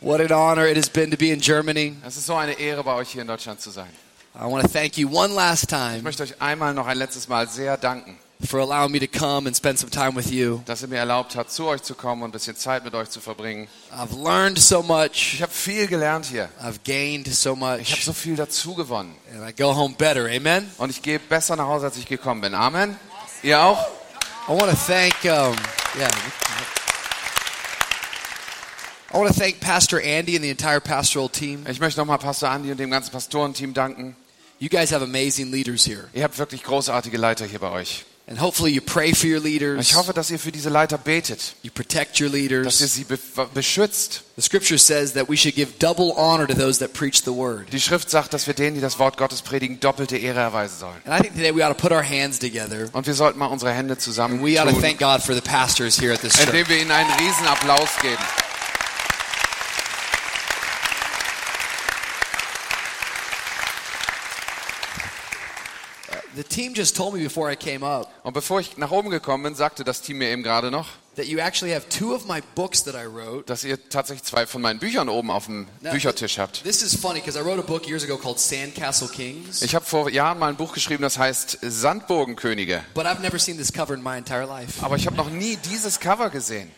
What an honor it has been to be in Germany. Es ist so eine Ehre, bei euch hier in Deutschland zu sein. I want to thank you one last Ich time möchte euch einmal noch ein letztes Mal sehr danken, for allowing me to come and spend some time with you. dass ihr mir erlaubt habt, zu euch zu kommen und ein bisschen Zeit mit euch zu verbringen. I've learned so much, Ich habe viel gelernt hier. I've gained so Ich habe much, so viel dazu gewonnen. and I go home better. Amen. Und ich gehe besser nach Hause, als ich gekommen bin. Amen. Ihr auch? I want to thank, um, yeah. I want to thank Pastor Andy and the entire pastoral team. Ich möchte nochmal Pastor Andi und dem ganzen Pastorenteam danken. You guys have amazing leaders here, Ihr habt wirklich großartige Leiter hier bei euch. and hopefully you pray for your Ich leaders, hoffe, dass ihr für diese Leiter betet, you protect your dass ihr leaders. sie be beschützt. The Scripture says that we should give double honor to those that preach the word, Die Schrift sagt, dass wir denen, die das Wort Gottes predigen, doppelte Ehre erweisen sollen. and I think today we ought to put our hands together. Und wir sollten mal unsere Hände zusammen We ought to tun, thank God for the pastors here at this church. indem wir ihnen einen riesen Applaus geben. The team just told me before I came up Und bevor ich nach oben gekommen bin, sagte das Team mir eben gerade noch, that you actually have two of my books that I wrote. dass ihr tatsächlich zwei von meinen Büchern oben auf dem Na, Büchertisch habt. This is funny because I wrote a book years ago called Sandcastle Kings, Ich habe vor Jahren mal ein Buch geschrieben, das heißt Sandburgenkönige. but I've never seen this cover in my entire life. Aber ich habe noch nie dieses Cover gesehen.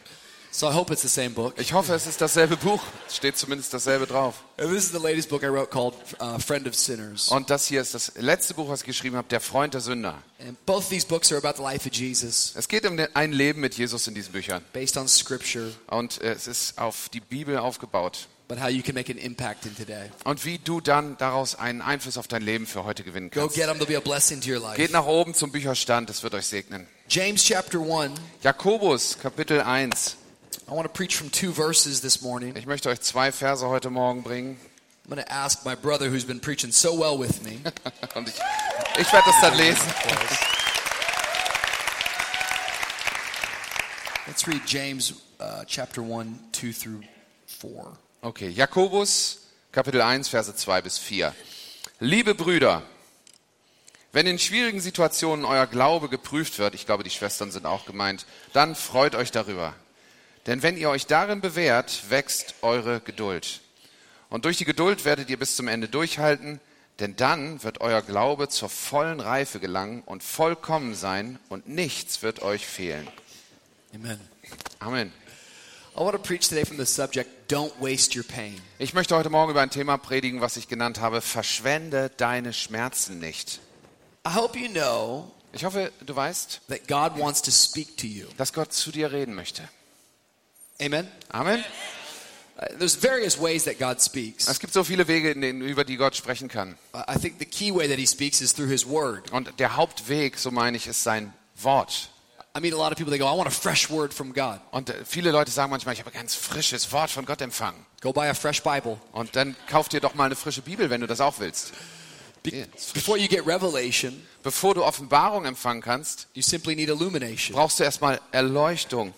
So I hope it's the same book. Ich hoffe, es ist dasselbe Buch. Es steht zumindest dasselbe drauf. And this is the latest book I wrote called uh, Friend of Sinners. Und das hier ist das letzte Buch, was ich geschrieben habe, Der Freund der Sünder. And both these books are about the life of Jesus, Es geht um den- ein Leben mit Jesus in diesen Büchern. based on scripture, Und äh, es ist auf die Bibel aufgebaut. but how you can make an impact in today. Und wie du dann daraus einen Einfluss auf dein Leben für heute gewinnen Go kannst. get them, they'll be a blessing to your life. Geht nach oben zum Bücherstand, es wird euch segnen. James chapter 1. Jakobus, Kapitel 1. I want to preach from two verses this morning. Ich möchte euch zwei Verse heute Morgen bringen. I'm going to ask my brother who's been preaching so well with me. Und ich, ich werde das dann lesen. Let's read James uh, chapter 1, 2 through 4. Okay, Jakobus, Kapitel 1, Verse 2 bis 4. Liebe Brüder, wenn in schwierigen Situationen euer Glaube geprüft wird, ich glaube, die Schwestern sind auch gemeint, dann freut euch darüber. Denn wenn ihr euch darin bewährt, wächst eure Geduld. Und durch die Geduld werdet ihr bis zum Ende durchhalten, denn dann wird euer Glaube zur vollen Reife gelangen und vollkommen sein und nichts wird euch fehlen. Amen. Amen. I want to preach today from the subject Don't Waste Your Pain. Ich möchte heute Morgen über ein Thema predigen, was ich genannt habe, verschwende deine Schmerzen nicht. I hope you know Ich hoffe, du weißt, that God wants to speak to you. dass Gott zu dir reden möchte. Amen. Amen. Uh, There's various ways that God Es speaks. Uh, gibt so viele Wege, in denen, über die Gott sprechen kann. I I think the key way that he speaks is through his word. Und der Hauptweg, so meine ich, ist sein Wort. I meet a lot of people that go, I want a fresh word from God. Und äh, viele Leute sagen manchmal, ich habe ganz frisches Wort von Gott empfangen. Go buy a fresh Bible. Und dann kauf dir doch mal eine frische Bibel, wenn du das auch willst. Be- Yeah, it's fresh. before you get revelation, Bevor du Offenbarung empfangen kannst, you simply need illumination. brauchst du erstmal Erleuchtung.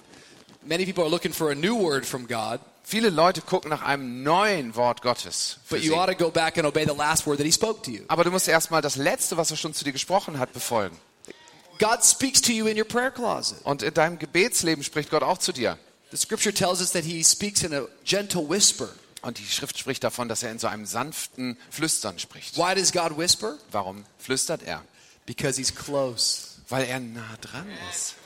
Many people are looking for a new word from God, Viele Leute gucken nach einem neuen Wort Gottes. Für but sie. you ought to go back and obey the last word that he spoke to you. Aber du musst erstmal das Letzte, was er schon zu dir gesprochen hat, befolgen. God speaks to you in your prayer closet. Und in deinem Gebetsleben spricht Gott auch zu dir. The scripture tells us that he speaks in a gentle whisper. Und die Schrift spricht davon, dass er in so einem sanften Flüstern spricht. Why does God whisper? Warum flüstert er? Because he's close. Weil er nah dran ist.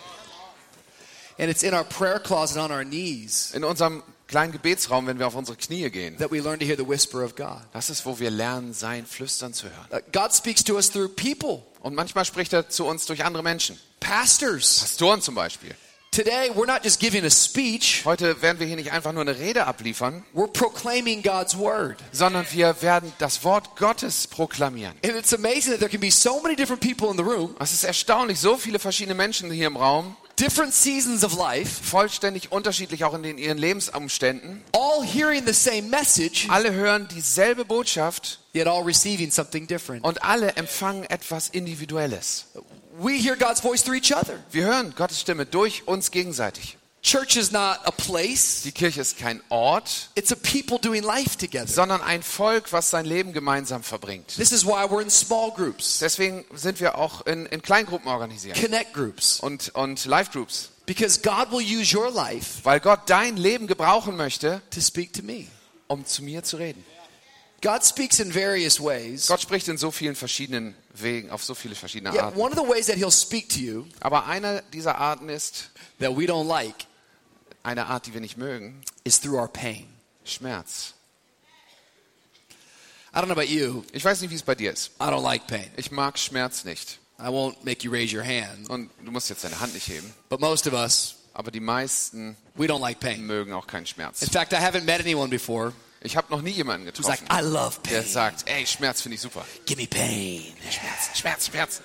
And it's in our prayer closet on our knees In unserem kleinen Gebetsraum, wenn wir auf unsere Knie gehen, that we learn to hear the whisper of God. das ist, wo wir lernen, sein Flüstern zu hören. Uh, God speaks to us through people, Und manchmal spricht er zu uns durch andere Menschen. pastors. Pastoren zum Beispiel. Today, we're not just giving a speech, Heute werden wir hier nicht einfach nur eine Rede abliefern, we're proclaiming God's word. sondern wir werden das Wort Gottes proklamieren. And it's amazing that there can be so many different people in the room, Es ist erstaunlich, so viele verschiedene Menschen hier im Raum, different seasons of life, vollständig unterschiedlich auch in den, ihren Lebensumständen. all hearing the same message, Alle hören dieselbe Botschaft yet all receiving something different. und alle empfangen etwas Individuelles. We hear God's voice through each other. Wir hören Gottes Stimme durch uns gegenseitig. Church is not a place, Die Kirche ist kein Ort, it's a people doing life together. sondern ein Volk, was sein Leben gemeinsam verbringt. This is why we're in small groups, Deswegen sind wir auch in, in Kleingruppen organisiert connect groups, und, und Live-Groups, because God will use your life weil Gott dein Leben gebrauchen möchte, to speak to me. um zu mir zu reden. God speaks in various ways. Gott spricht in so vielen verschiedenen Wegen, auf so viele verschiedene Yet Arten. one of the ways that He'll speak to you Aber eine dieser Arten ist that we don't like eine Art, die wir nicht mögen, is through our pain. Schmerz. I don't know about you. Ich weiß nicht, wie es bei dir ist. I don't like pain. Ich mag Schmerz nicht. I won't make you raise your hand, Und du musst jetzt deine Hand nicht heben. but most of us, Aber die meisten we don't like pain. mögen auch keinen In Schmerz. fact, I haven't met anyone before Ich habe noch nie jemanden who's like, getroffen, I love der pain. sagt, ey, Schmerz finde ich super. Give me pain. Schmerz, Schmerz, Schmerz.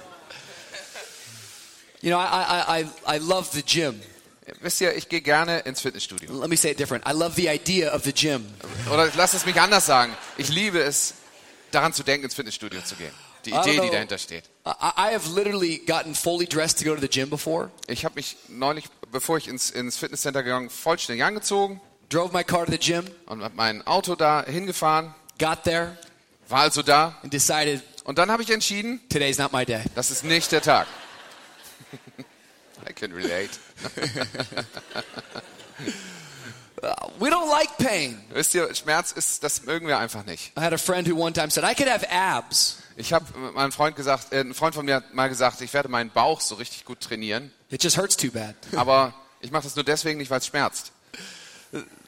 You know, I, I, I, I love the gym. Wisst ihr, ich gehe gerne ins Fitnessstudio. Let me say it different. I love the idea of the gym. Oder lass es mich anders sagen. Ich liebe es, daran zu denken, ins Fitnessstudio zu gehen. Die I don't Idee, die know. dahinter steht. I, I have literally gotten fully dressed to go to the gym before, Ich habe mich neulich, bevor ich ins, ins Fitnesscenter gegangen, vollständig angezogen drove my car to the gym, und habe mein Auto da hingefahren, got there, war also da. and decided Und dann habe ich entschieden, today's not my day. das ist nicht der Tag. I can relate. We don't like pain. Wisst ihr, Schmerz ist, das mögen wir einfach nicht. I had a friend who one time said, I could have abs. Ich habe meinem Freund gesagt, äh, ein Freund von mir hat mal gesagt, ich werde meinen Bauch so richtig gut trainieren, It just hurts too bad. aber ich mache das nur deswegen nicht, weil es schmerzt.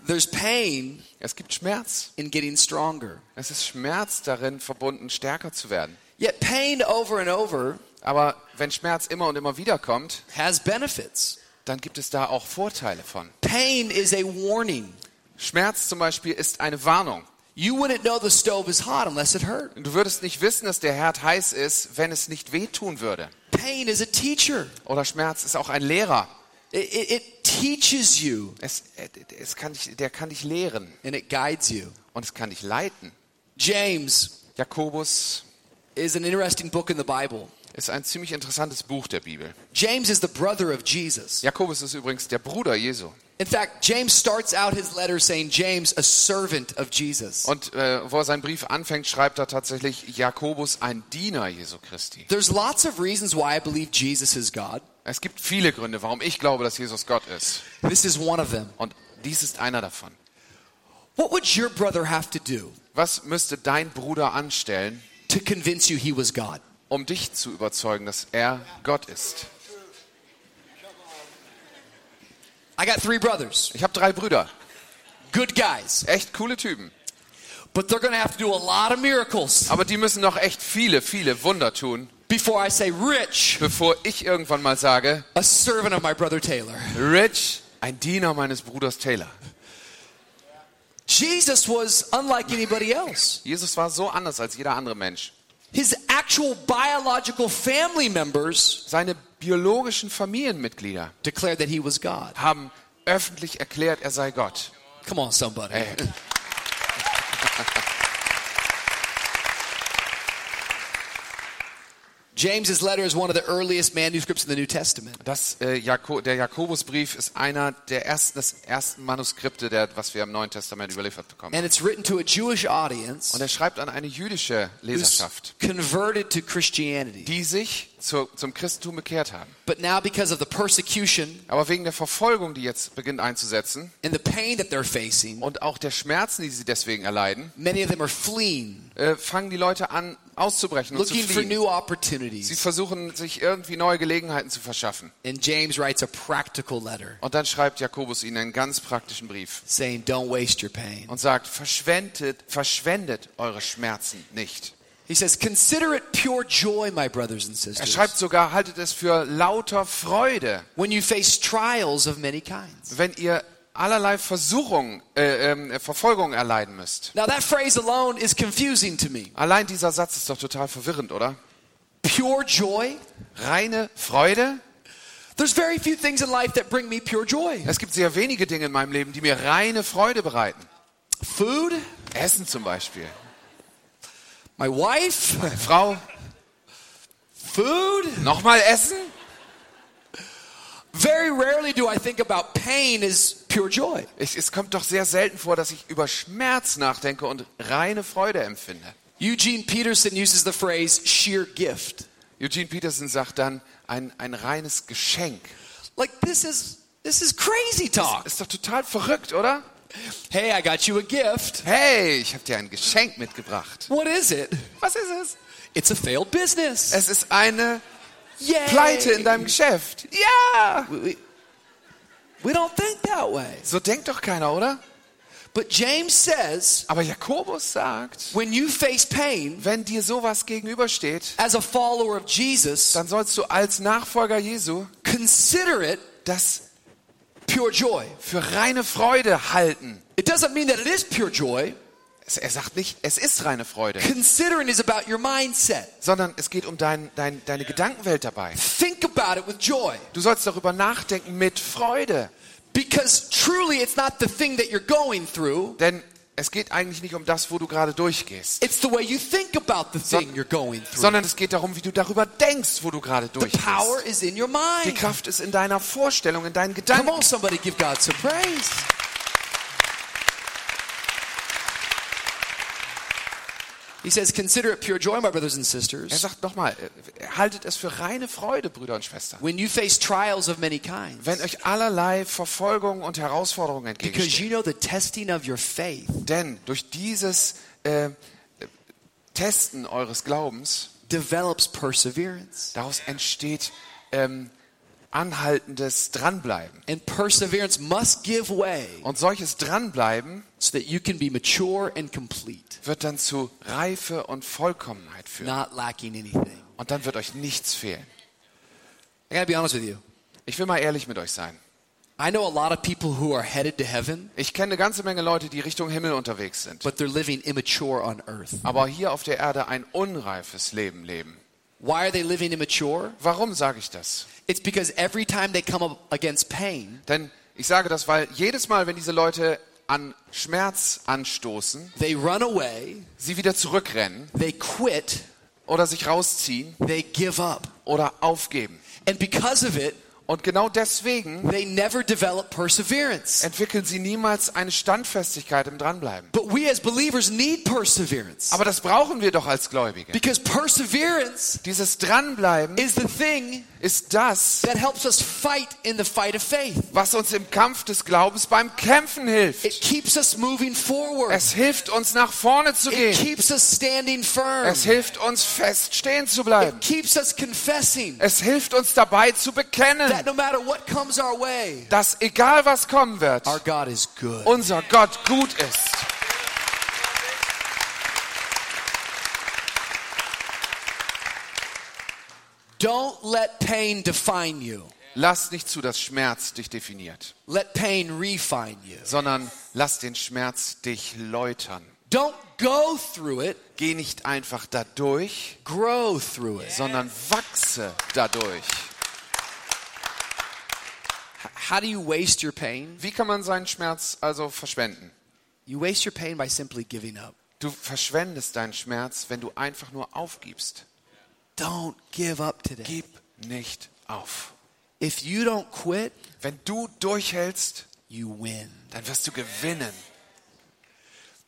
There's pain Es gibt Schmerz. in getting stronger. Es ist Schmerz darin verbunden, stärker zu werden. Yet pain over and over Aber wenn Schmerz immer und immer wieder kommt, has benefits. dann gibt es da auch Vorteile von. Pain is a warning. Schmerz zum Beispiel ist eine Warnung. You wouldn't know the stove is hot unless it hurt. Du würdest nicht wissen, dass der Herd heiß ist, wenn es nicht wehtun würde. Pain is a teacher. Oder Schmerz ist auch ein Lehrer. It, it, it teaches you Es, äh, es kann dich, der kann dich lehren and it guides you. und es kann dich leiten. James Jakobus is an interesting book in the Bible. ist ein ziemlich interessantes Buch der Bibel. James is the brother of Jesus. Jakobus ist übrigens der Bruder Jesu. In fact, James starts out his letter saying, James, a servant of Jesus. Und äh, wo er seinen Brief anfängt, schreibt er tatsächlich Jakobus ein Diener Jesu Christi. There's lots of reasons why I believe Jesus is God. Es gibt viele Gründe, warum ich glaube, dass Jesus Gott ist. This is one of them. Und dies ist einer davon. What would your brother have to do Was müsste dein Bruder anstellen, to convince you he was God? um dich zu überzeugen, dass er Gott ist? I got three brothers, Ich habe drei Brüder, good guys, echt coole Typen. but they're going to have to do a lot of miracles Aber die müssen noch echt viele, viele Wunder tun, before I say, Rich, bevor ich irgendwann mal sage, a servant of my brother Taylor. Rich, ein Diener meines Bruders Taylor. Jesus was unlike anybody else. Jesus war so anders als jeder andere Mensch. His actual biological family members Seine biologischen Familienmitglieder declared that he was God. haben öffentlich erklärt, er sei Gott. Come on, somebody. Ey. James's letter is one of the earliest manuscripts in the New Testament. Das, äh, Jako der Jakobusbrief ist einer der ersten, des ersten Manuskripte, der, was wir im Neuen Testament überliefert bekommen. And it's written to a Jewish audience Und er schreibt an eine jüdische who's Leserschaft, converted to Christianity. die sich zu, zum Christentum bekehrt haben. But now, because of the persecution Aber wegen der Verfolgung, die jetzt beginnt einzusetzen and the pain that they're facing, und auch der Schmerzen, die sie deswegen erleiden, many of them are fleeing, äh, fangen die Leute an auszubrechen und zu looking for fliehen. new Sie opportunities. versuchen sich irgendwie neue Gelegenheiten zu verschaffen. And James writes a practical letter Und dann schreibt Jakobus ihnen einen ganz praktischen Brief saying, Don't waste your pain. und sagt, verschwendet, verschwendet eure Schmerzen nicht. He says, Consider it pure joy, my brothers and Er sisters, schreibt sogar, haltet es für lauter Freude, when you face trials of many kinds. wenn ihr allerlei Versuchung, äh, ähm, Verfolgung erleiden müsst. Now, that phrase alone is confusing to me. Allein dieser Satz ist doch total verwirrend, oder? Pure joy? Reine Freude? There's very few things in life that bring me pure joy. Es gibt sehr wenige Dinge in meinem Leben, die mir reine Freude bereiten. Food, Essen zum Beispiel. my wife, Frau, food. nochmal Essen? Very rarely do I think about pain as pure joy. Ich, es kommt doch sehr selten vor, dass ich über Schmerz nachdenke und reine Freude empfinde. Eugene Peterson uses the phrase sheer gift. Eugene Peterson sagt dann, ein, ein reines Geschenk. Like this is this is crazy talk. Ist doch total verrückt, oder? Hey, I got you a gift. Hey, ich habe dir ein Geschenk mitgebracht. What is it? Was ist es? It's a failed business. Es ist eine Yay. Pleite in deinem Geschäft. Ja! We don't think that way. So denkt doch keiner, oder? But James says Aber Jakobus sagt, when you face pain wenn dir sowas gegenübersteht, as a follower of Jesus, dann sollst du als Nachfolger Jesu consider it das pure joy. für reine Freude halten. It doesn't mean that it is pure joy. Es, er sagt nicht, es ist reine Freude, Considering is about your mindset. sondern es geht um dein, dein, deine Gedankenwelt dabei. Think about it with joy Du sollst darüber nachdenken mit Freude. because truly it's not the thing that you're going through, Denn es geht eigentlich nicht um das, wo du gerade durchgehst, it's the way you think about the thing you're going through. sondern es geht darum, wie du darüber denkst, wo du gerade The power durchgehst. is in your Die mind. Kraft ist in deiner Vorstellung, in deinen Come Gedanken. on, somebody give God some praise. He says, Consider it pure joy, my brothers and Er sisters, sagt nochmal, äh, haltet es für reine Freude, Brüder und Schwestern, when you face trials of many kinds. wenn euch allerlei Verfolgungen und Herausforderungen Because entgegenstehen. you know the testing of your faith Denn durch dieses äh, äh, Testen eures Glaubens, develops perseverance. daraus entsteht ähm, anhaltendes Dranbleiben. And perseverance must give way Und solches Dranbleiben so that you can be mature and complete, wird dann zu Reife und Vollkommenheit führen. not lacking anything. Und dann wird euch nichts fehlen. I gotta be honest with you. Ich will mal ehrlich mit euch sein. I know a lot of people who are headed to heaven, Ich kenne eine ganze Menge Leute, die Richtung Himmel unterwegs sind, but they're living immature on earth. aber hier auf der Erde ein unreifes Leben leben. Why are they living immature? Warum sage ich das? It's because every time they come up against pain, Denn ich sage das, weil jedes Mal, wenn diese Leute an Schmerz anstoßen, they run away, sie wieder zurückrennen they quit, oder sich rausziehen they give up. oder aufgeben. And because of it, Und genau deswegen they never develop perseverance. entwickeln sie niemals eine Standfestigkeit im Dranbleiben. But we as believers need perseverance. Aber das brauchen wir doch als Gläubige. Because perseverance Dieses Dranbleiben is the thing ist das, that helps us fight in the fight of faith. was uns im Kampf des Glaubens beim Kämpfen hilft. It keeps us moving forward. Es hilft uns nach vorne zu It gehen. keeps us standing firm. Es hilft uns fest stehen zu It bleiben. keeps us confessing Es hilft uns dabei zu that bekennen, no matter what comes our way, dass egal was kommen wird, our God is good. unser Gott gut ist. Don't let pain define you. Lass nicht zu, dass Schmerz dich definiert, Let pain refine you. sondern lass den Schmerz dich läutern. Don't go through it, Geh nicht einfach dadurch, grow through it. sondern wachse dadurch. How do you waste your pain? Wie kann man seinen Schmerz also verschwenden? You waste your pain by simply giving up. Du verschwendest deinen Schmerz, wenn du einfach nur aufgibst. Don't give up today. Gib nicht auf. If you don't quit, Wenn du durchhältst, you win. dann wirst du gewinnen.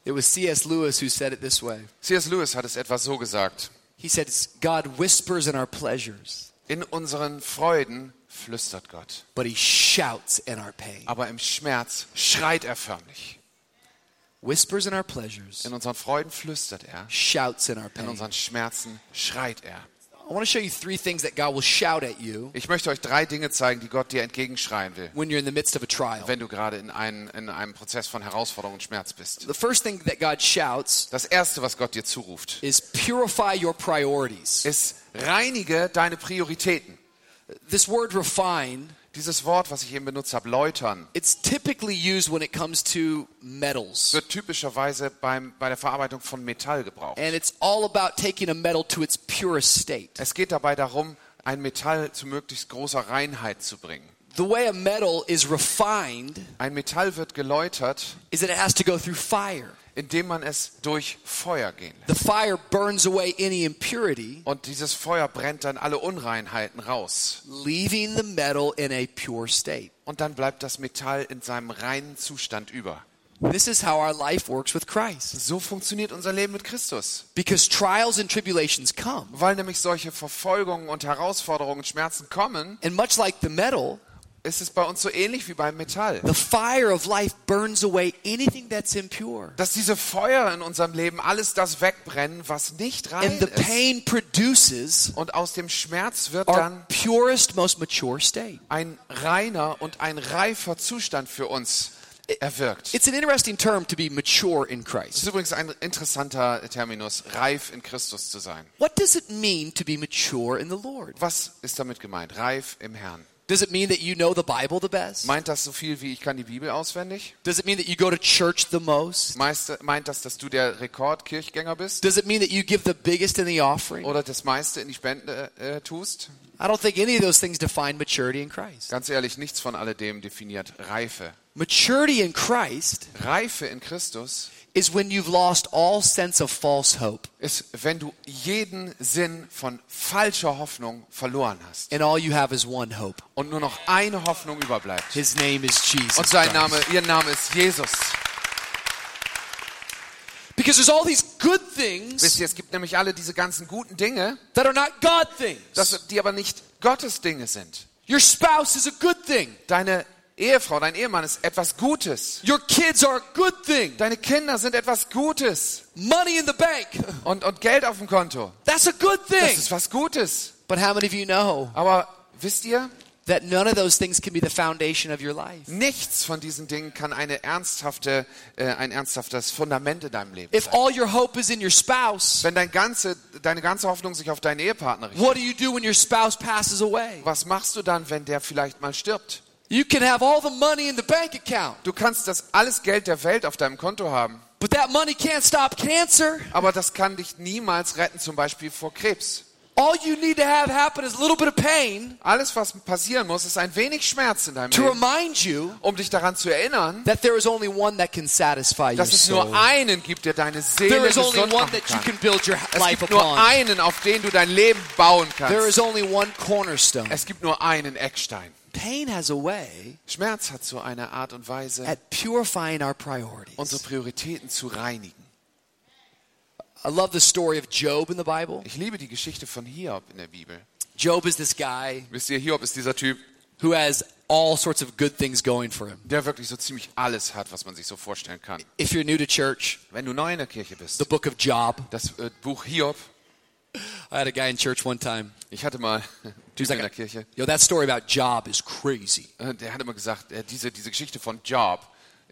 It was C.S. Lewis who said it this way. C.S. Lewis hat es etwa so gesagt. He said, God whispers in our pleasures, In unseren Freuden flüstert Gott, but he shouts in our pain. aber im Schmerz schreit er förmlich. Whispers in our pleasures, In unseren Freuden flüstert er, shouts in our in pain. unseren Schmerzen schreit er. I want to show you three things that God will shout at you Ich möchte euch drei Dinge zeigen, die Gott dir entgegenschreien will, when you're in the midst of a trial. Genau. wenn du gerade in, einen, in einem Prozess von Herausforderung und Schmerz bist. The first thing that God shouts Das Erste, was Gott dir zuruft, is purify your priorities. ist, reinige deine Prioritäten. This word refine, Dieses Wort, was ich eben benutzt habe, läutern, it's typically used when it comes to metals. wird typischerweise beim, bei der Verarbeitung von Metall gebraucht. And it's all about taking a metal to its purest state. Es geht dabei darum, ein Metall zu möglichst großer Reinheit zu bringen. The way a metal is refined Ein Metall wird geläutert, is that it has to go through fire. indem man es durch Feuer gehen lässt. The fire burns away any impurity, Und dieses Feuer brennt dann alle Unreinheiten raus. leaving the metal in a pure state. Und dann bleibt das Metall in seinem reinen Zustand über. This is how our life works with Christ. So funktioniert unser Leben mit Christus. Because trials and tribulations come. Weil nämlich solche Verfolgungen und Herausforderungen und Schmerzen kommen, And much like the metal, ist es bei uns so ähnlich wie beim Metall. The fire of life burns away anything that's impure. Dass diese Feuer in unserem Leben alles das wegbrennen, was nicht rein And the ist. pain produces Und aus dem Schmerz wird our dann purest, most mature state. ein reiner und ein reifer Zustand für uns erwirkt. It's an interesting term to be mature in Das Christ. ist übrigens ein interessanter Terminus, reif in Christus zu sein. What does it mean to be mature in the Lord? Was ist damit gemeint? Reif im Herrn. Does it mean that you know the Bible the best? Meint das so viel wie ich kann die Bibel auswendig? Does it mean that you go to church the most? Meiste, meint das, dass du der Rekordkirchgänger bist? Does it mean that you give the biggest in the offering? Oder das meiste in die Spende äh, tust? I don't think any of those things define maturity in Christ. Ganz ehrlich, nichts von alledem definiert Reife. Maturity in Christ Reife in Christus is when you've lost all sense of false hope ist, wenn du jeden Sinn von falscher Hoffnung verloren hast and all you have is one hope. und nur noch eine Hoffnung überbleibt. His name is Jesus. Und sein Christ. Name, ihr Name ist Jesus. Because there's all these good Wisst things ihr, es gibt nämlich alle diese ganzen guten Dinge, that are not God things. dass, die aber nicht Gottes Dinge sind. Your spouse is a good thing. Deine Ehefrau, dein Ehemann ist etwas Gutes. Your kids are a good thing. Deine Kinder sind etwas Gutes. Money in the bank, Und, und Geld auf dem Konto. that's a good Das thing. ist was Gutes. But how many of you know Aber wisst ihr, that none of those things can be the foundation of your life? nichts von diesen Dingen kann eine ernsthafte, äh, ein ernsthaftes Fundament in deinem Leben If sein. all your hope is in your spouse, Wenn dein ganze, deine ganze Hoffnung sich auf deinen Ehepartner richtet, what do you do when your spouse passes away? was machst du dann, wenn der vielleicht mal stirbt? You can have all the money in the bank account, Du kannst das alles Geld der Welt auf deinem Konto haben, but that money can't stop cancer. aber das kann dich niemals retten, zum Beispiel vor Krebs. All you need to have happen is a little bit of pain Alles, was passieren muss, ist ein wenig Schmerz in deinem to Leben, remind you um dich daran zu erinnern, that there is only one that can satisfy your dass es nur soul. einen gibt, der deine There Seele is only gesund one machen that you kann. can build your Es life gibt nur upon. einen, auf den du dein Leben bauen There kannst. is only one cornerstone. Es gibt nur einen Eckstein. Pain has a way Schmerz hat so eine Art und Weise, at purifying our unsere priorities. Prioritäten zu reinigen. I love the story of Job in the Bible. Ich liebe die Geschichte von Hiob in der Bibel. Job is this guy Wisst ihr, Hiob ist dieser Typ, who has all sorts of good things going for him. der wirklich so ziemlich alles hat, was man sich so vorstellen kann. If you're new to church, Wenn du neu in der Kirche the bist, book of Job. das äh, Buch Hiob, I had a guy in church one time. ich hatte mal einen Typen in der Kirche, Yo, that story about Job is crazy. äh, der hat immer gesagt, äh, diese, diese Geschichte von Job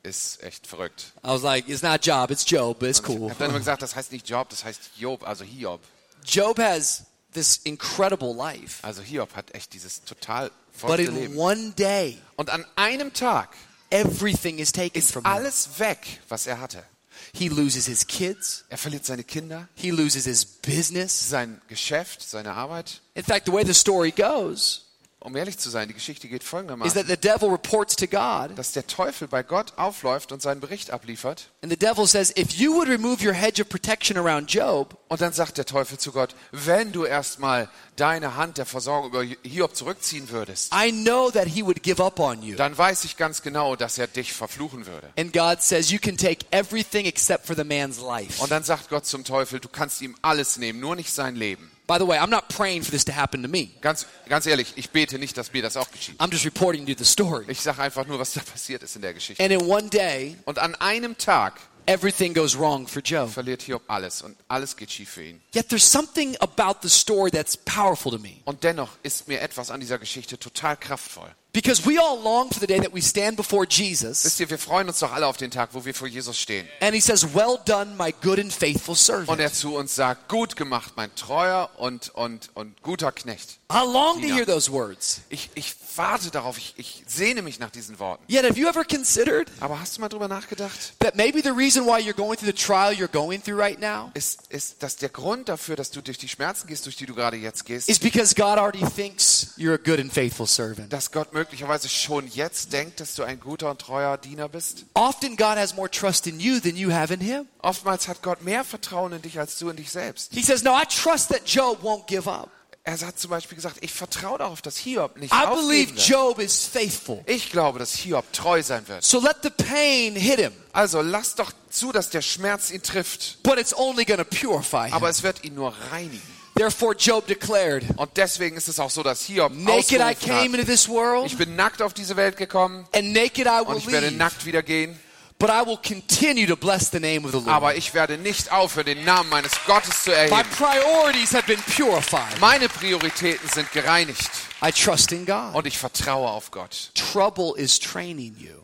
ist echt verrückt. I was like, it's not Job, it's Job, but it's Ich cool. habe dann immer gesagt, das heißt nicht Job, das heißt Job, also Hiob. Job has this incredible life, Also Hiob hat echt dieses total but verrückte in Leben. one day, Und an einem Tag everything is taken ist from him. alles weg, was er hatte. He loses his kids, Er verliert seine Kinder, he loses his business. sein Geschäft, seine Arbeit. In fact, the way the story goes Um ehrlich zu sein, die Geschichte geht is folgendermaßen, that the devil reports to God, dass der Teufel bei Gott aufläuft und seinen Bericht abliefert. and the devil says, If you would remove your hedge of protection around Job, Und dann sagt der Teufel zu Gott, wenn du erstmal deine Hand der Versorgung über Hiob zurückziehen würdest, I know that he would give up on you. dann weiß ich ganz genau, dass er dich verfluchen würde. And God says, You can take everything except for the man's life. Und dann sagt Gott zum Teufel, du kannst ihm alles nehmen, nur nicht sein Leben. By the way, I'm not praying for this to happen to me. Ganz, ganz ehrlich, ich bete nicht, dass mir das auch geschieht. I'm just reporting to you the story. Ich sage einfach nur, was da passiert ist in der Geschichte. And in one day, Und an einem Tag everything goes wrong for Job. verliert Hiob alles und alles geht schief für ihn. Yet there's something about the story that's powerful to me. Und dennoch ist mir etwas an dieser Geschichte total kraftvoll. Because we all long for the day that we stand before Jesus Wisst ihr, wir freuen uns doch alle auf den Tag, wo wir vor Jesus stehen. and he says, Well done, my good and faithful Und servant. er zu uns sagt, gut gemacht, mein treuer und, und, und guter Knecht. I long to hear those words. Ich, ich warte darauf, ich, ich sehne mich nach diesen Worten. Yet have you ever considered Aber hast du mal drüber nachgedacht? that maybe the reason why you're going through the trial you're going through right now Ist, ist das der Grund dafür, dass du durch die Schmerzen gehst, durch die du gerade jetzt gehst? is because God already thinks you're a good and faithful servant? Dass Gott möglicherweise schon jetzt denkt, dass du ein guter und treuer Diener bist? Often God has more trust in you than you have in him. Oftmals hat Gott mehr Vertrauen in dich als du in dich selbst. He says, No, I trust that Job won't give up. Er hat zum Beispiel gesagt, ich vertraue darauf, dass Hiob nicht I believe aufgeben wird. Job is faithful. Ich glaube, dass Hiob treu sein wird. So let the pain hit him, Also lass doch zu, dass der Schmerz ihn trifft. but it's only going to purify him. Aber es wird ihn nur reinigen. Therefore, Job declared, Und deswegen ist es auch so, dass Hiob Naked I ausgerufen came hat, into this world, ich bin nackt auf diese Welt gekommen and naked I will und ich werde leave. nackt wieder gehen, But I will continue to bless the name of the Lord. aber ich werde nicht aufhören, den Namen meines Gottes zu My erheben. priorities have been purified. Meine Prioritäten sind gereinigt I trust in God. und ich vertraue auf Gott. Trouble is training you.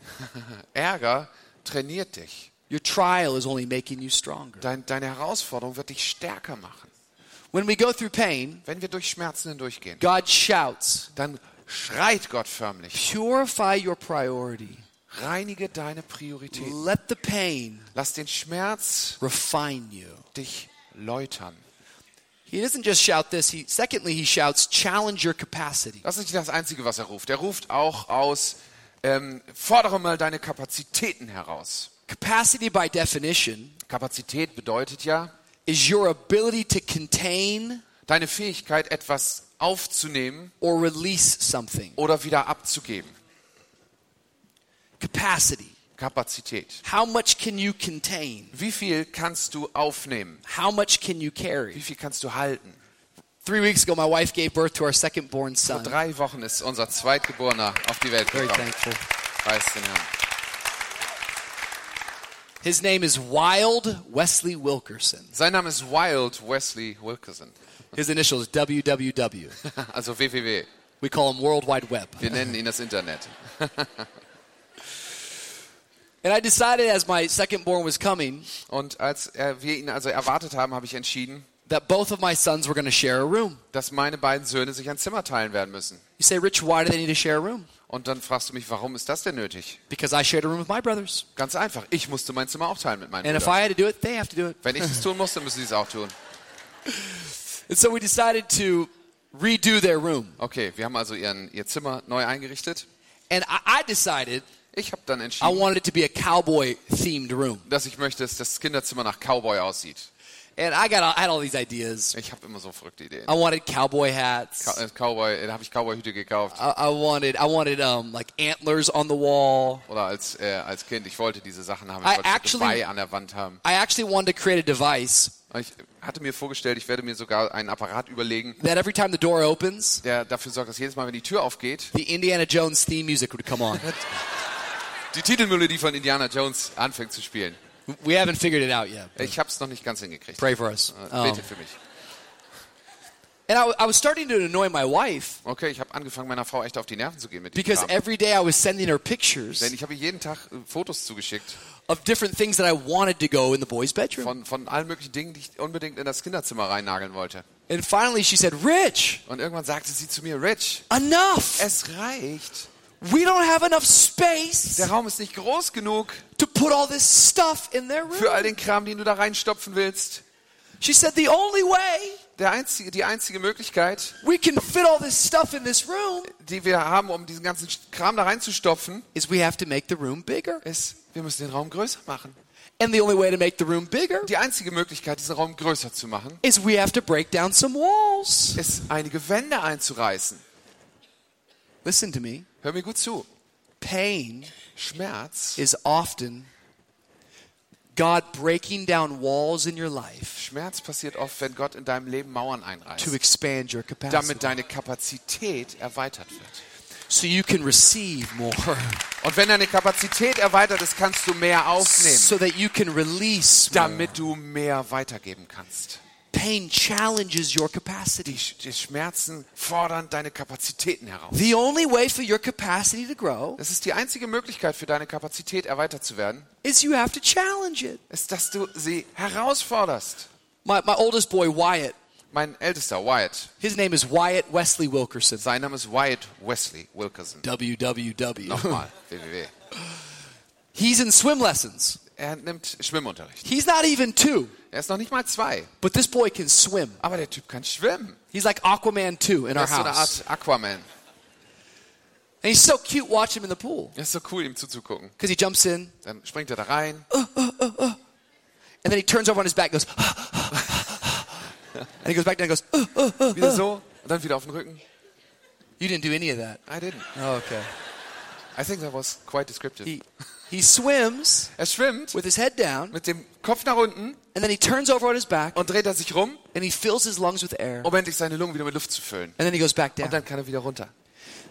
Ärger trainiert dich. Your trial is only making you stronger. Dein, deine Herausforderung wird dich stärker machen. When we go through pain, Wenn wir durch Schmerzen hindurchgehen, God shouts, dann schreit Gott förmlich. Purify your priority. Reinige deine Prioritäten. Let the pain Lass den Schmerz refine you. dich läutern. He doesn't just shout this. He, secondly, he shouts, Challenge your capacity. Das ist nicht das Einzige, was er ruft. Er ruft auch aus, ähm, fordere mal deine Kapazitäten heraus. Capacity, by definition, Kapazität bedeutet ja, is your ability to contain deine Fähigkeit, etwas aufzunehmen or release something. oder wieder abzugeben. Capacity. Kapazität. How much can you contain? Wie viel kannst du aufnehmen? How much can you Wie carry? viel kannst du halten? Three weeks ago, my wife gave birth to our second born Vor son. drei Wochen ist unser Zweitgeborener auf die Welt Very gekommen. thankful. Preis den Herrn. His name is Wild Wesley Wilkerson. Sein Name ist Wild Wesley Wilkerson. His initials WWW. Also www. We call him World Wide Web. Wir nennen ihn das Internet. And I decided as my second born was coming Und als äh, wir ihn also erwartet haben, habe ich entschieden, that both of my sons were going to share a room. dass meine beiden Söhne sich ein Zimmer teilen werden müssen. You say, Rich, why do they need to share a room? Und dann fragst du mich, warum ist das denn nötig? Because I shared a room with my brothers. Ganz einfach. Ich musste mein Zimmer auch teilen mit meinen And if Brüdern. I had to do it, they have to do it. Wenn ich es tun musste, müssen sie es auch tun. And so we decided to redo their room. Okay, wir haben also ihren, ihr Zimmer neu eingerichtet. And I, I decided Ich habe dann I entschieden, wanted it to be a cowboy themed room. dass ich möchte, dass das Kinderzimmer nach Cowboy aussieht. And I got all, I had all these ideas. Ich habe immer so verrückte Ideen. I wanted cowboy hats. Cow- äh, Cowboy, da habe ich Cowboyhüte gekauft. I, I wanted I wanted um like antlers on the wall. Oder als, äh, als Kind, ich wollte diese Sachen haben. I Ich wollte so actually- Geweih an der Wand haben. I actually wanted to create a device Und Ich hatte mir vorgestellt, ich werde mir sogar einen Apparat überlegen, that every time the door opens, der dafür sorgt, dass jedes Mal, wenn die Tür aufgeht, the Indiana Jones theme music would come on. die Titelmelodie von Indiana Jones anfängt zu spielen. we haven't figured it out yet. Ich habe es noch nicht ganz hingekriegt. Pray for us. Äh, Um, Bete für mich. and I, w- I was starting to annoy my wife Okay, ich habe angefangen, meiner Frau echt auf die Nerven zu gehen mit dem because Kram. every day I was sending her Denn pictures ich habe ihr jeden Tag äh, Fotos zugeschickt of different things that I wanted to go in the boys' bedroom. von, von allen möglichen Dingen, die ich unbedingt in das Kinderzimmer reinnageln wollte. And finally, she said, "Rich, Und irgendwann sagte sie zu mir, Rich, enough. es reicht. We don't have enough space Der Raum ist nicht groß genug to put all this stuff in their für all room." den Kram, den du da reinstopfen willst. She said, "The only way Der einzige, die einzige Möglichkeit, we can fit all this stuff in this room die wir haben, um diesen ganzen Kram da reinzustopfen, is we have to make the room bigger. ist, wir müssen den Raum größer machen. And the only way to make the room bigger Die einzige Möglichkeit, diesen Raum größer zu machen, is we have to break down some walls. ist, einige Wände einzureißen. Listen to me. Hör mir gut zu. Pain Schmerz, is often God breaking down walls in your life Schmerz passiert oft, wenn Gott in deinem Leben Mauern to einreißt, expand your capacity damit deine Kapazität erweitert wird. so you can receive more, Oh, Und wenn deine Kapazität erweitert ist, kannst du mehr aufnehmen, so that you can release more. damit du mehr weitergeben kannst. Pain challenges your Die, capacity. Sch- die Schmerzen fordern deine Kapazitäten heraus. The only way for your capacity to grow Das ist die einzige Möglichkeit für deine Kapazität erweitert zu werden, is you have to challenge it. ist, dass du sie herausforderst. My, my oldest boy, Wyatt, Mein ältester Wyatt, his name is Wyatt Wesley Wilkerson. sein Name ist Wyatt Wesley Wilkerson. www. Nochmal, www. He's in swim lessons. Er nimmt Schwimmunterricht. He's not even two, Er ist noch nicht mal zwei, but this boy can swim. aber der Typ kann schwimmen. He's like Aquaman 2 in Er our ist so eine house. Art Aquaman. And he's so cute watch him in the pool Es ist so cool, ihm zuzugucken. because he jumps in Dann springt er da rein, and then he turns over on his back and goes, and he goes back down and goes, "Uh, uh." wieder so, und dann wieder auf den Rücken. You didn't do any of that. I didn't. Oh, okay. I think that was quite descriptive. He, He swims Er schwimmt with his head down, mit dem Kopf nach unten and then he turns over on his back, und dreht er sich rum, and he fills his lungs with air, um endlich seine Lungen wieder mit Luft zu füllen. and then he goes back Und down. dann kann er wieder runter.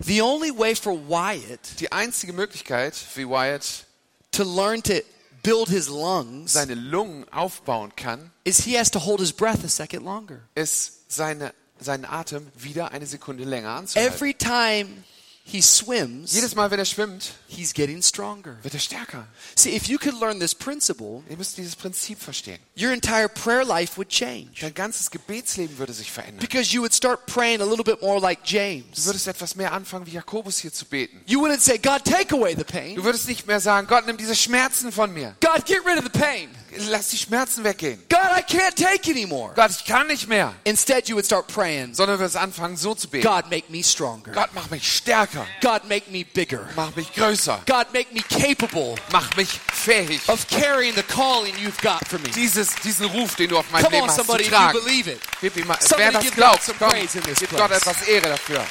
The only way for Wyatt Die einzige Möglichkeit, wie Wyatt to learn to build his lungs seine Lungen aufbauen kann, is he has to hold his breath a second longer. ist, seine, seinen Atem wieder eine Sekunde länger anzuhalten. Every time he swims, Jedes Mal, wenn er schwimmt, he's getting stronger. wird er stärker. See, if you could learn this principle, Ihr müsst dieses Prinzip verstehen. your entire prayer life would change Dein ganzes Gebetsleben würde sich verändern. because you would start praying a little bit more like Du James. würdest etwas mehr anfangen, wie Jakobus hier zu beten. You wouldn't say, God, take away the pain. Du würdest nicht mehr sagen, Gott, nimm diese Schmerzen von mir. God, get rid of the pain. Lass die Schmerzen weggehen. God, I can't take anymore. Gott, ich kann nicht mehr. Instead, you would start praying, Sondern du würdest anfangen, so zu beten. God, make me stronger. Gott, mach mich stärker. God, make me bigger. Mach mich größer. God, make me capable Mach mich fähig. of carrying the calling you've got for me. Dieses, diesen Ruf, den du auf mein Come Leben on, hast, zu somebody, if you tragen. believe it. Gib ihm mal, wer Somebody das give glaubt, God some komm, praise in this gib Gott place. etwas Ehre dafür.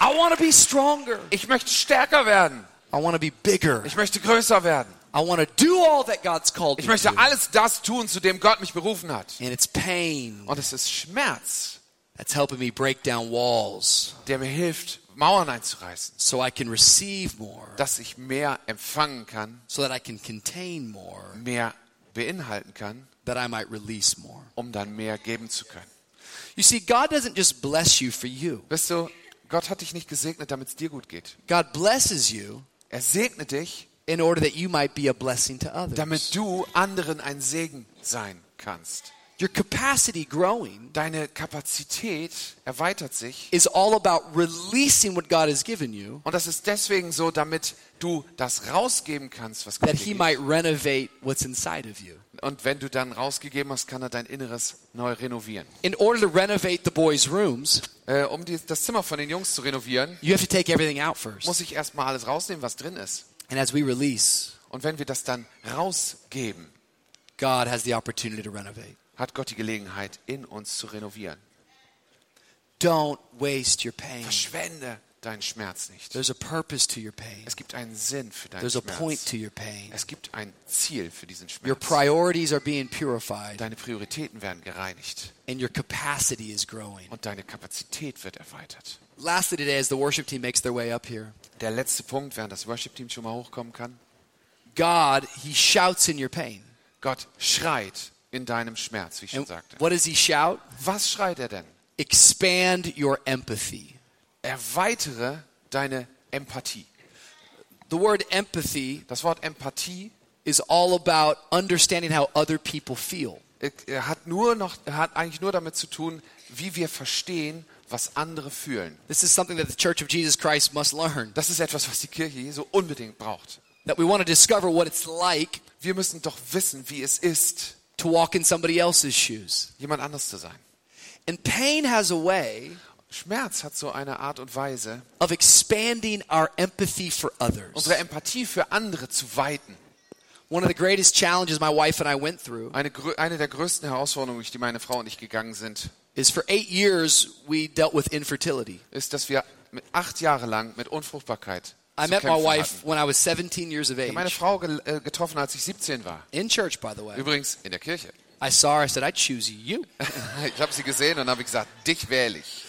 I want to be stronger. Ich möchte stärker werden. I want to be bigger. Ich möchte größer werden. I want to do all that God's called me Ich to. möchte alles das tun, zu dem Gott mich berufen hat. And it's pain Und es ist Schmerz, that's helping me break down walls der mir hilft, Mauern einzureißen. so I can receive more, Dass ich mehr empfangen kann, so that I can contain more, mehr beinhalten kann, that I might release more. um dann mehr geben zu können. You see, God doesn't just bless you for you. Weißt du, Gott hat dich nicht gesegnet, damit es dir gut geht. God blesses you Er segnet dich, in order that you might be a blessing to others. damit du anderen ein Segen sein kannst. Your capacity growing Deine Kapazität erweitert sich is all about releasing what God has given you und das ist deswegen so, damit du das rausgeben kannst, was Gott that dir he gibt. might renovate what's inside of you. Und wenn du dann rausgegeben hast, kann er dein Inneres neu renovieren. In order to renovate the boys' rooms, Äh, um die, das Zimmer von den Jungs zu renovieren, you have to take everything out first. muss ich erstmal alles rausnehmen, was drin ist. And as we release, Und wenn wir das dann rausgeben, God has the opportunity to renovate. hat Gott die Gelegenheit, in uns zu renovieren. Don't waste your pain. Verschwende deinen Schmerz nicht. There's a purpose to your pain. Es gibt einen Sinn für deinen There's a point Schmerz. to your pain. Es gibt ein Ziel für diesen Your Schmerz. priorities are being purified Deine Prioritäten werden gereinigt and your capacity is growing. und deine Kapazität wird erweitert. Lastly, today, as the worship team makes their way up here, Der letzte Punkt, während das Worship-Team schon mal hochkommen kann. God, He shouts in your pain. Gott schreit in deinem Schmerz, wie ich schon And sagte. what does He shout? Was schreit er denn? Expand your empathy. Erweitere deine Empathie. The word empathy Das Wort Empathie is all about understanding how other people feel. äh, hat, nur noch, hat eigentlich nur damit zu tun, wie wir verstehen, was andere fühlen. This is something that the Church of Jesus Christ must learn. Das ist etwas, was die Kirche Jesu unbedingt braucht. That we want to discover what it's like Wir müssen doch wissen, wie es ist, to walk in somebody else's shoes. jemand anders zu sein. And pain has a way Schmerz hat so eine Art und Weise, of expanding our empathy for others. unsere Empathie für andere zu weiten. One of the greatest challenges my wife and I went through Eine, grö- eine der größten Herausforderungen, durch die meine Frau und ich gegangen sind, is for eight years we dealt with infertility. ist, dass wir mit acht Jahre lang mit Unfruchtbarkeit I zu met my kämpfen wife hatten. when I was 17 years of Ich habe meine age. Frau gel- äh, getroffen, als ich 17 war. In church, by the way. Übrigens in der Kirche. I saw her, I said, I choose you. Ich habe sie gesehen und habe gesagt, dich wähle ich.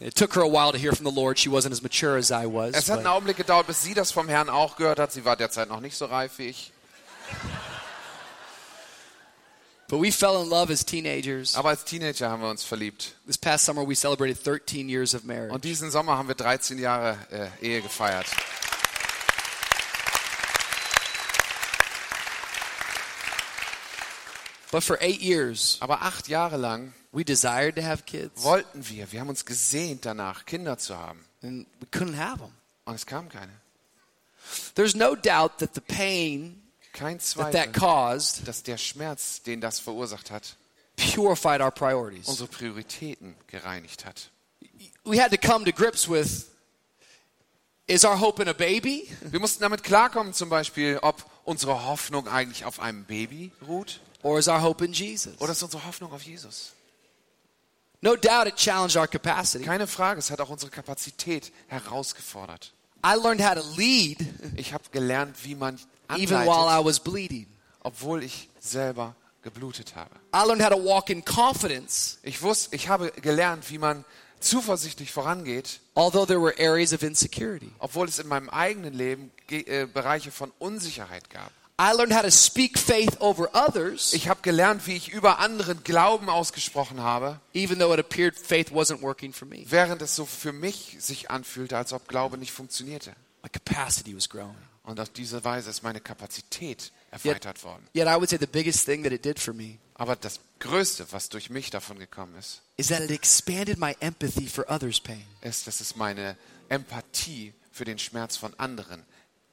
It took her a while to hear from the Lord. She wasn't as mature as I was. Es hat einen but Augenblick gedauert, bis sie das vom Herrn auch gehört hat. Sie war derzeit noch nicht so reif wie ich. but we fell in love as teenagers. Aber als Teenager haben wir uns verliebt. This past summer, we celebrated 13 years of marriage. Und diesen Sommer haben wir 13 Jahre äh, Ehe gefeiert. But for eight years, Aber acht Jahre lang we desired to have kids, wollten wir, wir haben uns gesehnt danach, Kinder zu haben. and we couldn't have them. Und es kam keine. There's no doubt that the pain Kein that that Zweifel, caused dass der Schmerz, den das verursacht hat, purified our priorities. unsere Prioritäten gereinigt hat. We had to come to grips with is our hope in a baby Wir mussten damit klarkommen, zum Beispiel, ob unsere Hoffnung eigentlich auf einem Baby ruht or is our hope in Jesus? oder ist unsere Hoffnung auf Jesus. No doubt it challenged our capacity. Keine Frage, es hat auch unsere Kapazität herausgefordert. I learned how to lead Ich habe gelernt, wie man even while I anleitet, was bleeding. obwohl ich selber geblutet habe. I learned how to walk in confidence, Ich wusste, ich habe gelernt, wie man zuversichtlich vorangeht, although there were areas of insecurity. obwohl es in meinem eigenen Leben Ge- äh, Bereiche von Unsicherheit gab. I learned how to speak faith over others, Ich habe gelernt, wie ich über anderen Glauben ausgesprochen habe, even though it appeared faith wasn't working for me. während es so für mich sich anfühlte, als ob Glaube nicht funktionierte. My capacity was growing. Und auf diese Weise ist meine Kapazität Yet, erweitert worden. yet I would say the biggest thing that it did for me Aber das Größte, was durch mich davon gekommen ist, is that it expanded my empathy for others' pain. ist, dass es meine Empathie für den Schmerz von anderen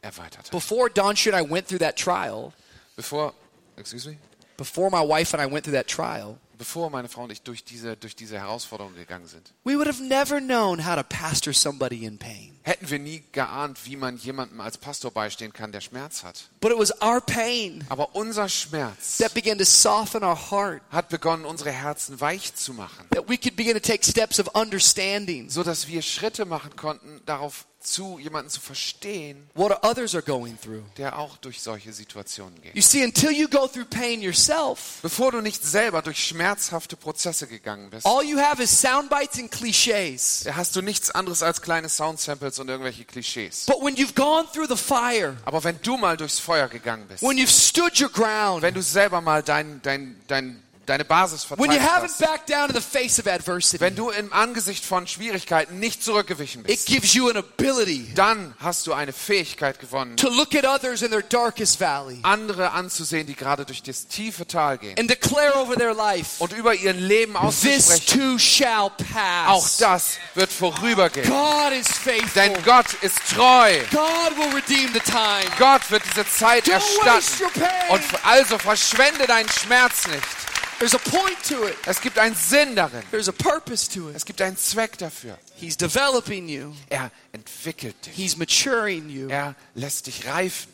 erweitert hat. Before Don Shu and I went through that trial, Bevor, excuse me, before my wife and I went through that trial, bevor meine Frau und ich durch diese, durch diese Herausforderung gegangen sind, we would have never known how to pastor somebody in pain. hätten wir nie geahnt, wie man jemandem als Pastor beistehen kann, der Schmerz hat. But it was our pain Aber unser Schmerz that began to soften our heart, hat begonnen, unsere Herzen weich zu machen, that we could begin to take steps of understanding so dass wir Schritte machen konnten, darauf zu, jemanden zu verstehen, what others are going through. der auch durch solche Situationen geht. You see, until you go through pain yourself, Bevor du nicht selber durch schmerzhafte Prozesse gegangen bist, all you have is sound bites and cliches. hast du nichts anderes als kleine Soundsamples und irgendwelche Klischees. But when you've gone through the fire, Aber wenn du mal durchs Feuer gegangen bist, when you've stood your ground, wenn du selber mal dein, dein, dein, deine Basis when you verteidigt haven't hast, backed down in the face of adversity, wenn du im Angesicht von Schwierigkeiten nicht zurückgewichen it bist, gives you an ability dann hast du eine Fähigkeit gewonnen, to look at others in their darkest valley andere anzusehen, die gerade durch das tiefe Tal gehen and declare over their life, und über ihr Leben this auszusprechen. too shall Auch pass. das wird vorübergehen. God is Denn faithful. Gott ist treu. God will redeem the time. Gott wird diese Zeit Don't waste erstatten. your pain. Und also verschwende deinen Schmerz nicht. There's a point to it. Es gibt einen Sinn darin. There's a purpose to it. Es gibt einen Zweck dafür. He's developing you. Er entwickelt dich. He's maturing you. Er lässt dich reifen.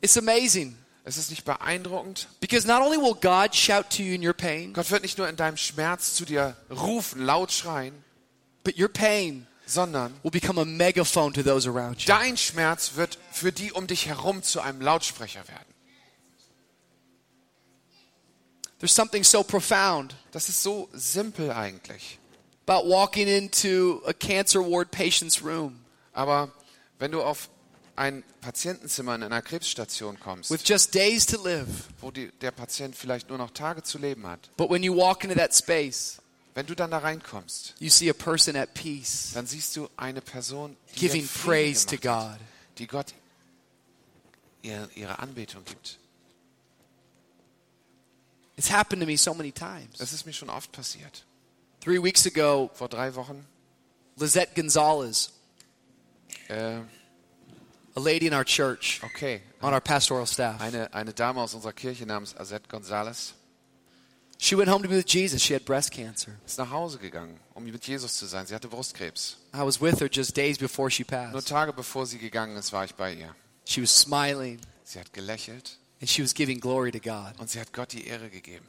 It's amazing Es ist nicht beeindruckend. because not only will God shout to you in your pain, Gott wird nicht nur in deinem Schmerz zu dir rufen, laut schreien, but your pain sondern will become a megaphone to those around you. dein Schmerz wird für die um dich herum zu einem Lautsprecher werden. There's something so profound Das ist so simpel eigentlich. about walking into a cancer ward patient's room Aber wenn du auf ein Patientenzimmer in einer Krebsstation kommst, with just days to live. wo die, der Patient vielleicht nur noch Tage zu leben hat, But when you walk into that space, wenn du dann da reinkommst, you see a person at peace, dann siehst du eine Person, die ihr giving Frieden praise to gemacht hat, God. die Gott ihr, ihre Anbetung gibt. It's happened to me so many times. Das ist mir schon oft passiert. Three weeks ago, Vor drei Wochen, Lizette Gonzalez, äh, a lady in our church, okay, on our pastoral staff, eine, eine Dame aus unserer Kirche namens Azette Gonzalez she went home to be with Jesus. She had breast cancer. ist nach Hause gegangen, um mit Jesus zu sein. Sie hatte Brustkrebs. I was with her just days before she Nur passed. Tage bevor sie gegangen ist, war ich bei ihr. She was smiling Sie hat gelächelt and she was giving glory to God. und sie hat Gott die Ehre gegeben.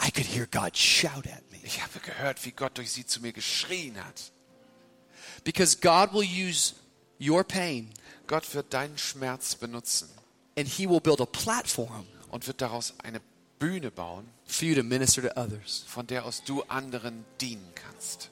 I could hear God shout at me Ich habe gehört, wie Gott durch sie zu mir geschrien hat. because God will use your pain Gott wird deinen Schmerz benutzen and He will build a platform und wird daraus eine Bühne bauen, for you to minister to others. von der aus du anderen dienen kannst.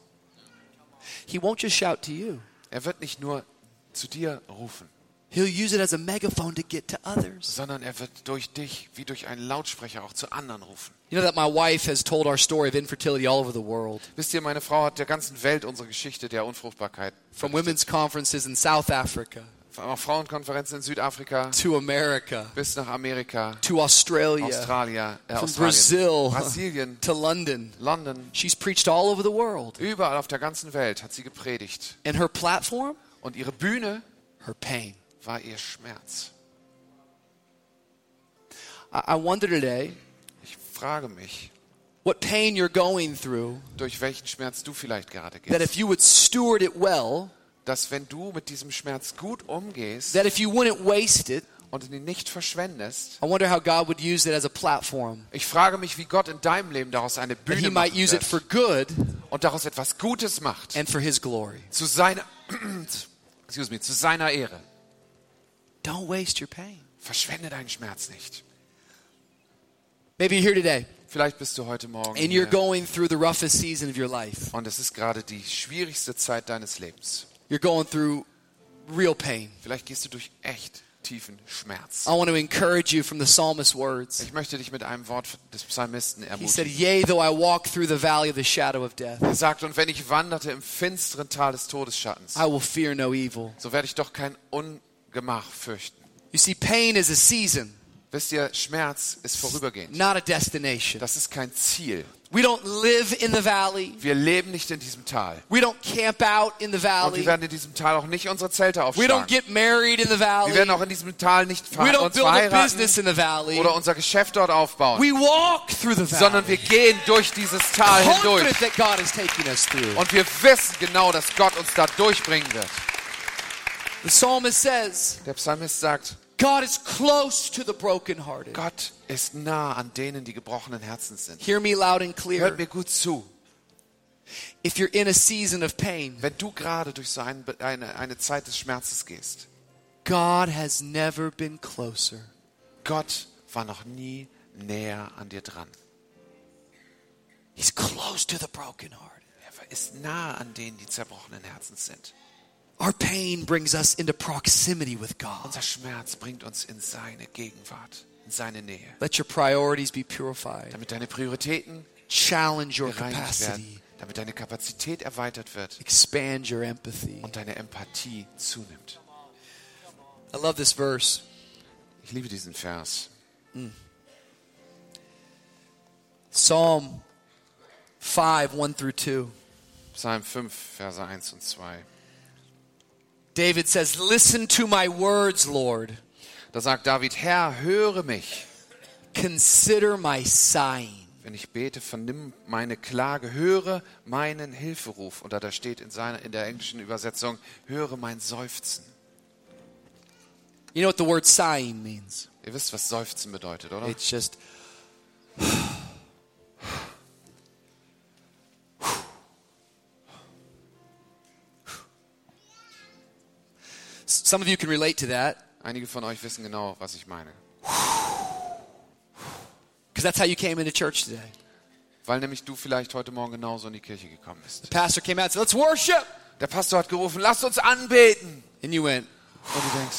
He won't just shout to you, Er wird nicht nur zu dir rufen, He'll use it as a megaphone to get to others. sondern er wird durch dich wie durch einen Lautsprecher auch zu anderen rufen. You know that my wife has told our story of infertility all over the world, Wisst ihr, meine Frau hat der ganzen Welt unsere Geschichte der Unfruchtbarkeit. from women's conferences in South Africa Von Frauenkonferenzen in Südafrika to America bis nach Amerika, to Australia. Australien, äh, from Australien, Brazil Brasilien, to London. London. She's preached all over the world. Überall auf der ganzen Welt hat sie gepredigt. And her platform? Und ihre Bühne Her pain. war ihr Schmerz. I, I wonder today Ich frage mich, what pain you're going through, durch welchen Schmerz du vielleicht gerade that gehst. if you would steward it well, Dass wenn du mit diesem Schmerz gut umgehst that if you wouldn't waste it, und ihn nicht verschwendest. I wonder how God would use it as a platform. Ich frage mich, wie Gott in deinem Leben daraus eine That Bühne he might machen use it for wird good und daraus etwas Gutes macht. and for his glory. Zu seiner, excuse me, zu seiner Ehre. Don't waste your pain. Verschwende deinen Schmerz nicht. Maybe you're here today Vielleicht bist du heute Morgen and you're hier going through the roughest season of your life. und es ist gerade die schwierigste Zeit deines Lebens. You're going through real pain. Vielleicht gehst du durch echt tiefen Schmerz. I want to encourage you from the psalmist's words. Ich möchte dich mit einem Wort des Psalmisten He said, ermutigen. Yea, though I walk through the valley of the shadow of death, Er sagt, und wenn ich wanderte im finsteren Tal des Todesschattens, I will fear no evil. so werde ich doch kein Ungemach fürchten. You see, pain is a season, Wisst ihr, Schmerz ist vorübergehend. not a destination. Das ist kein Ziel. We don't live in the valley. Wir leben nicht in diesem Tal. We don't camp out in the Und wir valley. werden in diesem Tal auch nicht unsere Zelte We don't aufschlagen. get married in the Wir valley. werden auch in diesem Tal nicht ver We don't uns build a verheiraten business in the valley. oder unser Geschäft dort aufbauen, We walk through the valley. sondern wir gehen durch dieses Tal Confident hindurch. that God is taking us through. Und wir wissen genau, dass Gott uns da durchbringen wird. The psalmist says, Der Psalmist sagt, God is close to the brokenhearted. Gott ist nah an denen, die gebrochenen Herzen sind. Hear me loud and Hört clear. mir gut zu. If you're in a season of pain, Wenn du gerade durch so ein, eine, eine Zeit des Schmerzes gehst, God has never been closer. Gott war noch nie näher an dir dran. He's close to the brokenhearted. Er ist nah an denen, die zerbrochenen Herzen sind. Our pain brings us into proximity with God. Unser Schmerz bringt uns in seine Gegenwart, in seine Nähe, Let your priorities be purified. damit deine Prioritäten Challenge your gereinigt werden, capacity. damit deine Kapazität erweitert wird Expand your empathy. und deine Empathie zunimmt. I love this verse. Ich liebe diesen Vers. Psalm 5, 1 through 2. Psalm 5, Verse 1 und 2. David says, Listen to my words, Lord. Da sagt David, Herr, höre mich. Consider my sighing. Wenn ich bete, vernimm meine Klage, höre meinen Hilferuf. Und da, da steht in, seiner, in der englischen Übersetzung, höre mein Seufzen. You know what the word sighing means? Ihr wisst, was Seufzen bedeutet, oder? It's just. Some of you can relate to that Einige von euch wissen genau, was ich meine. because that's how you came into church today. Weil nämlich du vielleicht heute Morgen genauso in die Kirche gekommen bist. Pastor came out and said, Let's worship. Der Pastor hat gerufen, lasst uns anbeten. And you went. Und du denkst,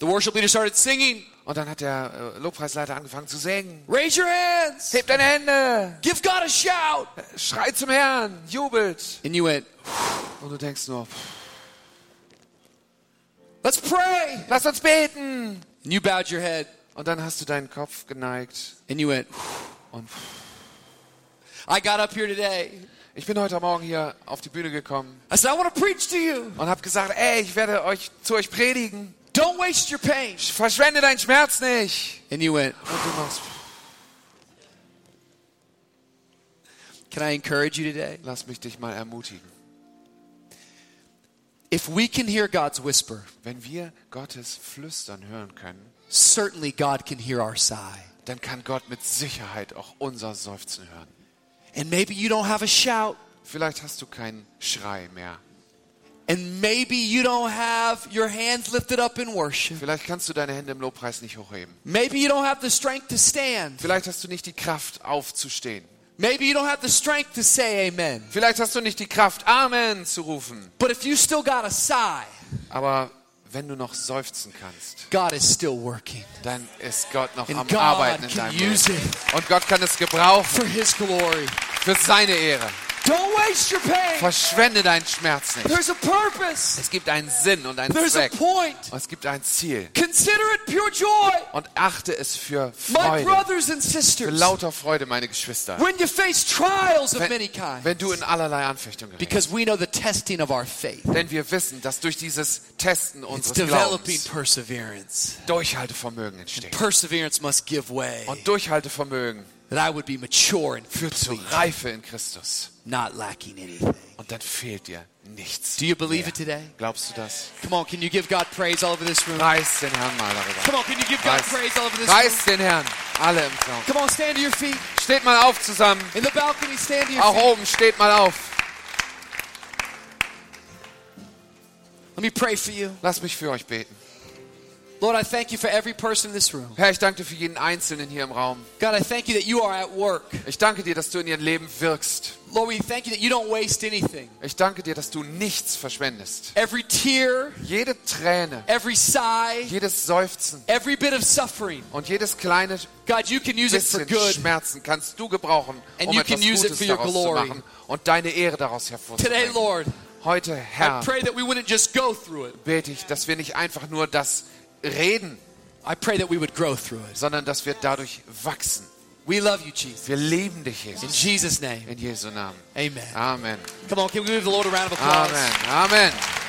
The worship leader started singing, und dann hat der äh, Lobpreisleiter angefangen zu singen. Raise your hands. Hebt deine Hände, Give God a shout. schreit zum Herrn, jubelt. And you went, Und du denkst nur, pff, Let's pray. lasst uns beten. And you bowed your head Und dann hast du deinen Kopf geneigt and you went, und pff. I got up here today. ich bin heute Morgen hier auf die Bühne gekommen I said, I want to preach to you. und habe gesagt, ey, ich werde euch zu euch predigen. Don't waste your pain. Verschwende deinen Schmerz nicht. And you went, Und du machst, pff, Can I encourage you today? lass mich dich mal ermutigen. If we can hear God's whisper, Wenn wir Gottes Flüstern hören können, certainly God can hear our sigh. dann kann Gott mit Sicherheit auch unser Seufzen hören. And maybe you don't have a shout, Vielleicht hast du keinen Schrei mehr. and maybe you don't have your hands lifted up in worship. Vielleicht kannst du deine Hände im Lobpreis nicht hochheben. Maybe you don't have the strength to stand. Vielleicht hast du nicht die Kraft aufzustehen. Maybe you don't have the strength to say amen. Vielleicht hast du nicht die Kraft Amen zu rufen. But if you still got a sigh, Aber wenn du noch seufzen kannst, God is still working dann ist Gott noch And am God Arbeiten in can deinem use Leben. Und Gott kann es gebrauchen for His glory. für seine Ehre. Don't waste your pain. Verschwende deinen Schmerz nicht. There's a purpose, Es gibt einen Sinn und einen there's a Zweck. point. Und es gibt ein Ziel. Consider it pure joy, Und achte es für my Freude. brothers and Für sisters. lauter Freude, meine Geschwister. When you face trials of many Wenn, kinds. wenn du in allerlei Anfechtung gerätst. Because we know the testing of our faith. Denn wir wissen, dass durch dieses Testen It's unseres developing Glaubens perseverance. Durchhaltevermögen entsteht. Perseverance must give way. Und Durchhaltevermögen that I would be mature and führt zur complete, Reife in Christus. not lacking anything. Und dann fehlt dir nichts. Do you believe mehr. it today? Glaubst du das? Come on, can you give God praise all over this room? Preis den Herrn mal darüber. Come on, can you give God praise all over Preis, this room? preis den Herrn. Alle im Traum. Come on, stand to your feet. Steht mal auf zusammen. In the balcony, stand to your Auch feet. oben, steht mal auf. Let me pray for you. Lass mich für euch beten. Lord, I thank you for every person in this room. Herr, ich danke dir für jeden Einzelnen hier im Raum. God, I thank you that you are at work. Ich danke dir, dass du in ihrem Leben wirkst. Lord, we thank you that you don't waste anything. Ich danke dir, dass du nichts verschwendest. Every tear, Jede Träne, every sigh, jedes Seufzen every bit of suffering, und jedes kleine God, you can use it for bisschen good. Schmerzen kannst du gebrauchen, And um you can etwas use it Gutes for your daraus zu glory. machen und deine Ehre daraus Today, hervorzubringen. Lord, Heute, I Herr, pray that we wouldn't just go through it. bete ich, dass wir nicht einfach nur das reden, I pray that we would grow through it. sondern dass wir dadurch wachsen. We love you, Jesus. Wir lieben dich, In Jesus. Jesus' name, In Jesu Namen. amen. Amen. Come on, can we give the Lord a round of applause? Amen. Amen.